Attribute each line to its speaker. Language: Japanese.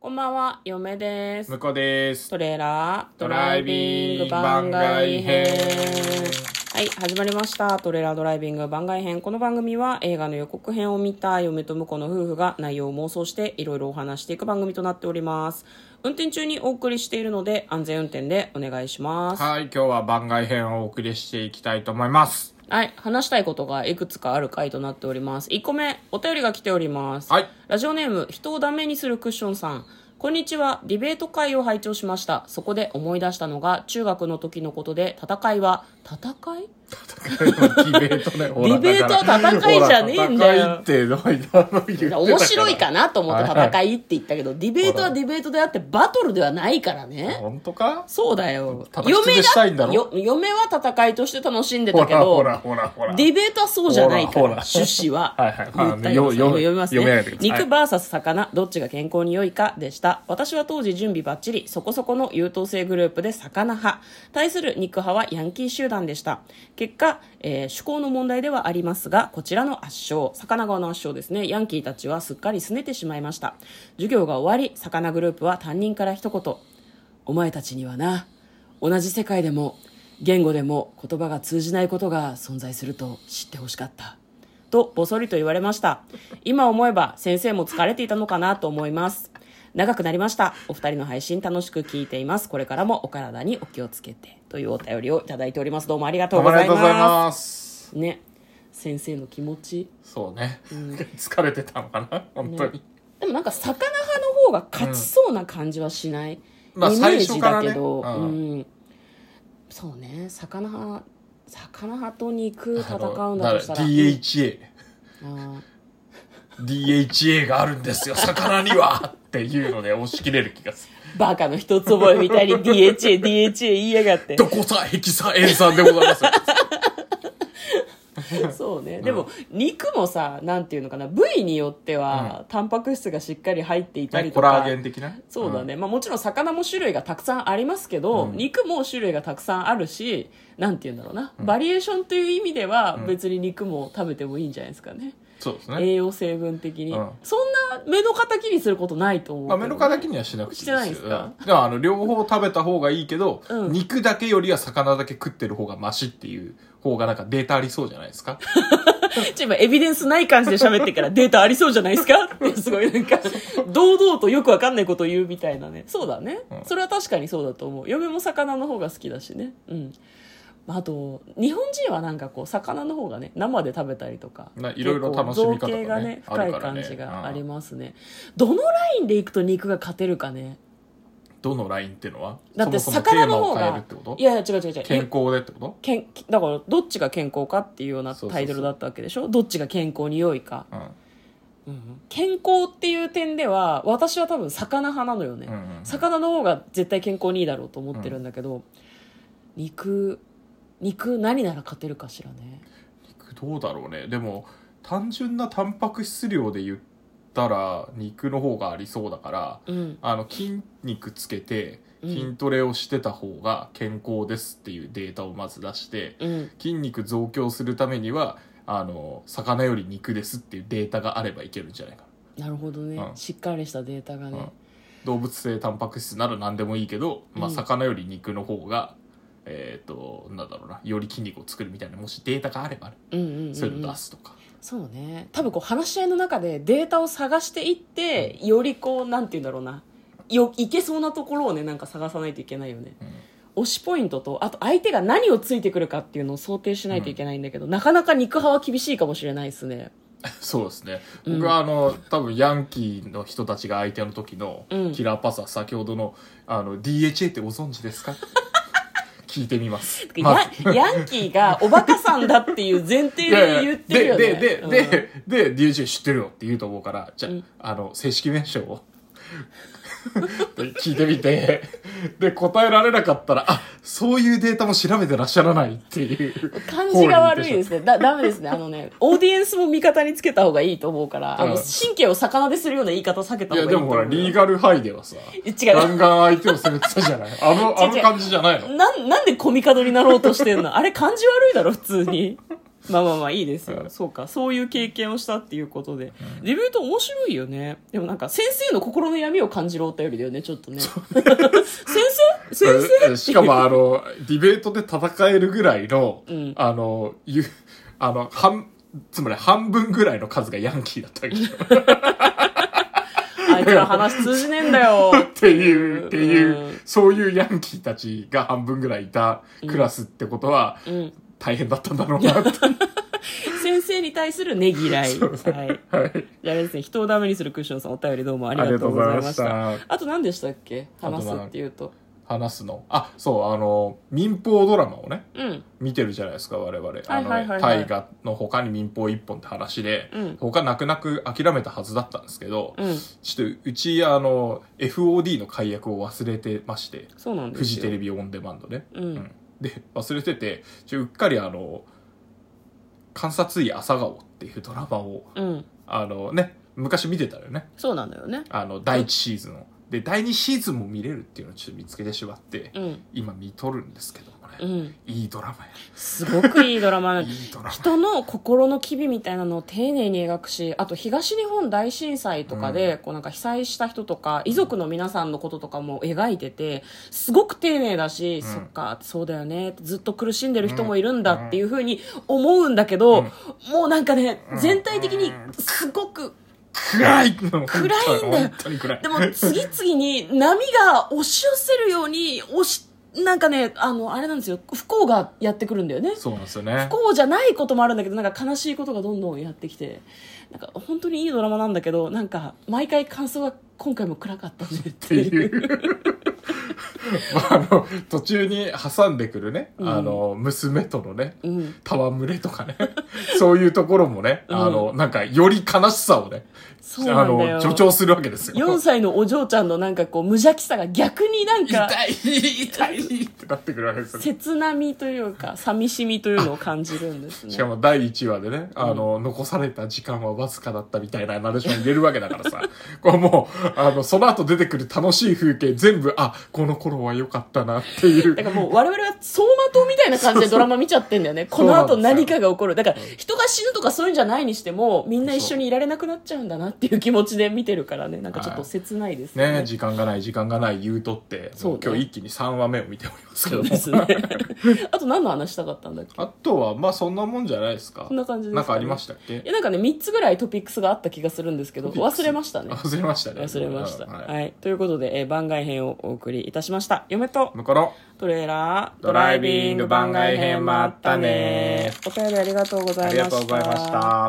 Speaker 1: こんばんは、嫁です
Speaker 2: 向。こうです。
Speaker 1: トレーラードライビング番外編。はい、始まりました。トレーラードライビング番外編。この番組は映画の予告編を見た嫁と婿の夫婦が内容を妄想していろいろお話していく番組となっております。運転中にお送りしているので安全運転でお願いします。
Speaker 2: はい、今日は番外編をお送りしていきたいと思 います。
Speaker 1: はい、話したいことがいくつかある回となっております。1個目、お便りが来ております。
Speaker 2: はい
Speaker 1: ラジオネーム、人をダメにするクッションさん。こんにちは。ディベート会を拝聴しました。そこで思い出したのが、中学の時のことで、戦いは、戦い
Speaker 2: ディベートね、ほら
Speaker 1: ディベートは戦いじゃねえんだよ
Speaker 2: ほら戦いってどういうの言ってたら
Speaker 1: 面白いかなと思って
Speaker 2: はい
Speaker 1: 戦いって言ったけど、ディベートはディベートであって、バトルではないからね。
Speaker 2: 本当か
Speaker 1: そうだよ。
Speaker 2: 叩き潰したいんだろ
Speaker 1: 嫁がよ嫁は戦いとして楽しんで
Speaker 2: ほ
Speaker 1: たけ
Speaker 2: ら
Speaker 1: ど
Speaker 2: ほ、らほらほら。
Speaker 1: ディベートはそうじゃないから、
Speaker 2: ほらほら
Speaker 1: 趣旨は。
Speaker 2: はいはいまあ
Speaker 1: 言ったよ
Speaker 2: よよ
Speaker 1: 読みますね。
Speaker 2: 読めないでください
Speaker 1: 肉 VS 魚、どっちが健康に良いかでした。私は当時準備バッチリ、そこそこの優等生グループで魚派。対する肉派はヤンキー集団でした。結果、えー趣向の問題ではありますが、こちらの圧勝、魚側の圧勝ですね。ヤンキーたちはすっかり拗ねてしまいました。授業が終わり、魚グループは担任から一言。お前たちにはな、同じ世界でも、言語でも言葉が通じないことが存在すると知ってほしかった。と、ぼそりと言われました。今思えば先生も疲れていたのかなと思います。長くなりました。お二人の配信楽しく聞いています。これからもお体にお気をつけて。というお便りをいただいております。どうもありがとう
Speaker 2: どうも
Speaker 1: ご
Speaker 2: あ
Speaker 1: ざ
Speaker 2: り
Speaker 1: い
Speaker 2: がとうござい
Speaker 1: ま
Speaker 2: ます。
Speaker 1: す。ね。先生の気持ち。
Speaker 2: そうね。疲れてたのかな本当に。
Speaker 1: でもなんか魚派の方が勝ちそうな感じはしない、
Speaker 2: まあ
Speaker 1: イメージだけ
Speaker 2: 最初
Speaker 1: ど、
Speaker 2: からね
Speaker 1: う
Speaker 2: うん
Speaker 1: そうね魚派魚派と肉戦うんだ
Speaker 2: あ
Speaker 1: と
Speaker 2: の
Speaker 1: したら
Speaker 2: DHA。
Speaker 1: あ
Speaker 2: DHA がある んですよ、魚にはっていうので押し切れる気がする。
Speaker 1: ーバカの一つ覚えみたい に DHA、DHA 言いやがって
Speaker 2: ど。こさ、ヘキサエン酸でございますよ。
Speaker 1: そうね。でも、肉もさ、なんていうのかな、部位によっては、タンパク質がしっかり入っていたり
Speaker 2: ね
Speaker 1: と
Speaker 2: コ
Speaker 1: か。
Speaker 2: ラーゲン的な。
Speaker 1: そうだね、まあ、もちろん魚も種類がたくさんありますけど、肉も種類がたくさんあるしなんて言うんだろうな、バリエーションという意味では別に肉も食べてもいいんじゃないですかね、
Speaker 2: そうですね。
Speaker 1: 栄養成分的に、
Speaker 2: うん
Speaker 1: そんな目の敵にすることないと思うけ
Speaker 2: まあ、
Speaker 1: ど、
Speaker 2: メロカだけにはしなくていい
Speaker 1: してないですか
Speaker 2: うんだからあの両方食べた方がいいけど、
Speaker 1: うん
Speaker 2: 肉だけよりは魚だけ食ってる方がマシっていう方がなんかデータありそうじゃないで すか
Speaker 1: ちょ今エビデンスない感じで喋ってからデータありそうじゃないですかってすごいなんか堂々とよくわかんないことを言うみたいなねそうだね、
Speaker 2: うん
Speaker 1: それは確かにそうだと思う嫁も魚の方が好きだしねうんまああと日本人はなんかこう魚の方がね生で食べたりとか
Speaker 2: ないろいろ楽しみ
Speaker 1: 結構造
Speaker 2: 方がね
Speaker 1: 形がね
Speaker 2: あ
Speaker 1: 深い
Speaker 2: るから
Speaker 1: 感
Speaker 2: ね
Speaker 1: じがありますねどのラインでいくと肉が勝てるかね
Speaker 2: どのラインっていうのは
Speaker 1: だって
Speaker 2: そもそもテー
Speaker 1: 魚
Speaker 2: マ
Speaker 1: の
Speaker 2: を
Speaker 1: 方
Speaker 2: 変える
Speaker 1: が
Speaker 2: ってこと
Speaker 1: いやいや違う違う違う
Speaker 2: 健康でってこと
Speaker 1: けんだからどっちが健康かっていうような
Speaker 2: そうそうそう
Speaker 1: タイトルだったわけでしょどっちが健康に良いか
Speaker 2: うん、
Speaker 1: うん健康っていう点では私は多分魚派なのよね、
Speaker 2: うんうん
Speaker 1: 魚の方が絶対健康にいいだろうと思ってるんだけど、肉肉何なら勝てるかしらね
Speaker 2: どうだろうねでも単純なタンパク質量で言ったら肉の方がありそうだから
Speaker 1: うん
Speaker 2: あの筋肉つけて
Speaker 1: うん
Speaker 2: 筋トレをしてた方が健康ですっていうデータをまず出して、
Speaker 1: うん
Speaker 2: 筋肉増強するためにはあの魚より肉ですっていうデータがあればいけるんじゃないか
Speaker 1: なるほどね、
Speaker 2: うん
Speaker 1: しっかりしたデータが
Speaker 2: な、うん
Speaker 1: ね、
Speaker 2: 動物性タンパク質なら何でもいいけど、まあ、
Speaker 1: うん
Speaker 2: 魚より肉の方が、えっ、となんだろうなより筋肉を作るみたいなもしデータがあればね、
Speaker 1: うん、うんうん、うん、
Speaker 2: そういうの出すとか、
Speaker 1: そうね多分こう話し合いの中でデータを探していって、よりこうなんて言うんだろうなよいけそうなところをねなんか探さないといけないよね、推しポイントとあと相手が何をついてくるかっていうのを想定しないといけないんだけど、なかなか肉派は厳しいかもしれないですね
Speaker 2: そうですね
Speaker 1: うん
Speaker 2: 僕はあの多分ヤンキーの人たちが相手の時の
Speaker 1: うん
Speaker 2: キラーパスは先ほどのあの DHA ってご存 知ですか聞いてみますまず
Speaker 1: や ヤンキーがおバカさんだっていう前提
Speaker 2: いや
Speaker 1: で
Speaker 2: い
Speaker 1: 言っ
Speaker 2: や
Speaker 1: てるよね
Speaker 2: で、で、
Speaker 1: うん
Speaker 2: で、で、で、DJ 知ってるよって言うと思うから、じゃあ、
Speaker 1: うん
Speaker 2: あの、正式名称を。 聞いてみて、で、答えられなかったら、あ、そういうデータも調べてらっしゃらないっていう。
Speaker 1: 感じが悪いですね。だ、ダメですね。あのね、オーディエンスも味方につけた方がいいと思うから、あの、
Speaker 2: うん
Speaker 1: 神経を魚でするような言い方避けた
Speaker 2: い
Speaker 1: 方がい
Speaker 2: や、
Speaker 1: い
Speaker 2: で
Speaker 1: と思う
Speaker 2: も
Speaker 1: よ。
Speaker 2: ほら、リーガルハイではさ、
Speaker 1: 違う
Speaker 2: ガンガン相手を攻めてたじゃない。あ の、あの感じじゃないの。
Speaker 1: なん、なんでコミカドになろうとしてんのあれ感じ悪いだろ、普通に。まあまあまあいいですよ、
Speaker 2: うん
Speaker 1: そうかそういう経験をしたっていうことで、リブート面白いよねでもなんか先生の心の闇を感じるお便りだよねちょっとね 先生先生
Speaker 2: しかもあの、ディベートで戦えるぐらいの、
Speaker 1: ん
Speaker 2: あの、ゆ、あの、半、つまり半分ぐらいの数がヤンキーだったわけでしょっ
Speaker 1: あいつら話通じねえんだよ
Speaker 2: ていう、っていうう、そういうヤンキーたちが半分ぐらいいたクラスってことは、
Speaker 1: んうん
Speaker 2: 大変だったんだろうなって。
Speaker 1: 先生に対するねぎらい、
Speaker 2: そうです
Speaker 1: はい、
Speaker 2: はい。
Speaker 1: じゃあですね人をダメにするクッションさんお便りどうもあり
Speaker 2: あり
Speaker 1: がと
Speaker 2: がと
Speaker 1: う
Speaker 2: う
Speaker 1: ご
Speaker 2: ご
Speaker 1: ざ
Speaker 2: ざ
Speaker 1: い
Speaker 2: い
Speaker 1: ま
Speaker 2: ま
Speaker 1: し
Speaker 2: したた
Speaker 1: あと何でしたっけ話すっていうと
Speaker 2: 話すの。あ、そう、あの、民放ドラマをね、
Speaker 1: うん
Speaker 2: 見てるじゃないですか、我々。
Speaker 1: はいはいはいはい
Speaker 2: あの、大河の他に民放一本って話で、
Speaker 1: うん
Speaker 2: 他泣く泣く諦めたはずだったんですけど、
Speaker 1: うん
Speaker 2: ちょっとうち、あの、FOD の解約を忘れてまして、
Speaker 1: そうなんですよ
Speaker 2: フジテレビオンデマンドね。
Speaker 1: うん
Speaker 2: うんで、忘れてて、ちょうっかりあの、観察医朝顔っていうドラマを、
Speaker 1: うん
Speaker 2: あのね、昔見てたよね。
Speaker 1: そうなんだよね
Speaker 2: あの、第1シーズンを。で、第2シーズンも見れるっていうのをちょっと見つけてしまって、
Speaker 1: うん
Speaker 2: 今見とるんですけどもね。
Speaker 1: うん
Speaker 2: いいドラマ
Speaker 1: すごくいいドラマな
Speaker 2: や。
Speaker 1: ん で
Speaker 2: いいドラマ。
Speaker 1: 人の心の機微みたいなのを丁寧に描くしあと東日本大震災とかで、こうなんか被災した人とか遺族の皆さんのこととかも描いててすごく丁寧だし、
Speaker 2: ん
Speaker 1: そっかそうだよねずっと苦しんでる人もいるんだっていうふうに思うんだけど、もうなんかね全体的にすごく
Speaker 2: 暗いの
Speaker 1: 暗いんだよ
Speaker 2: 本当に暗い。
Speaker 1: でも次々に波が押し寄せるように押しなんかねあのあれなんですよ不幸がやってくるんだよね
Speaker 2: そうなんですよね
Speaker 1: 不。幸じゃないこともあるんだけどなんか悲しいことがどんどんやってきてなんか本当にいいドラマなんだけどなんか毎回感想が今回も暗かったねっ
Speaker 2: って
Speaker 1: ていう
Speaker 2: いう。まあ、あの、途中に挟んでくるね、
Speaker 1: うん
Speaker 2: あの、娘とのね、
Speaker 1: うん
Speaker 2: 戯れとかね、そういうところもね、
Speaker 1: うん
Speaker 2: あの、なんか、より悲しさをね、
Speaker 1: そう
Speaker 2: あ
Speaker 1: なんだよ
Speaker 2: の、助長するわけですよ。
Speaker 1: 4歳のお嬢ちゃんのなんかこう無邪気さが逆になんか
Speaker 2: 痛い、痛いってなってくるわけですよ。
Speaker 1: 切なみというか寂しみというのを感じるんですね
Speaker 2: しかも第1話でね、あの、残された時間はわずかだったみたいなナレーション入れるわけだからさ、 これもう、あの、その後出てくる楽しい風景全部、あ、この頃は良かったなってい う
Speaker 1: だ。からもう我々は走馬灯みたいな感じでドラマ見ちゃってんだよね。こ
Speaker 2: そう
Speaker 1: の
Speaker 2: なんです
Speaker 1: 後
Speaker 2: よ
Speaker 1: 何かが起こる。だから人が死ぬとかそういうんじゃないにしても、みんな一緒にいられなくなっちゃうんだなっていう気持ちで見てるからね。なんかちょっと切ないですね。
Speaker 2: ね時間がない時間がない言うとって、
Speaker 1: そうね
Speaker 2: 今日一気に3話目を見ております
Speaker 1: そ
Speaker 2: けど
Speaker 1: う
Speaker 2: も
Speaker 1: ですね。 あと何の話したかったんだっけ
Speaker 2: あとはまあそんなもんじゃないですか
Speaker 1: そんな感じですかね
Speaker 2: んかありましたっけ
Speaker 1: いやなんかね、3つぐらいトピックスがあった気がするんですけど、
Speaker 2: トピックス
Speaker 1: 忘れましたね。
Speaker 2: 忘れましたね
Speaker 1: 忘れました。
Speaker 2: うんはい、
Speaker 1: はい。ということで、えー番外編をお送りいたしました。嫁と
Speaker 2: だから
Speaker 1: トレーラー、
Speaker 2: ドライビング番外編まったね
Speaker 1: お便りありがとうござ
Speaker 2: あ
Speaker 1: いました。
Speaker 2: りがとうございました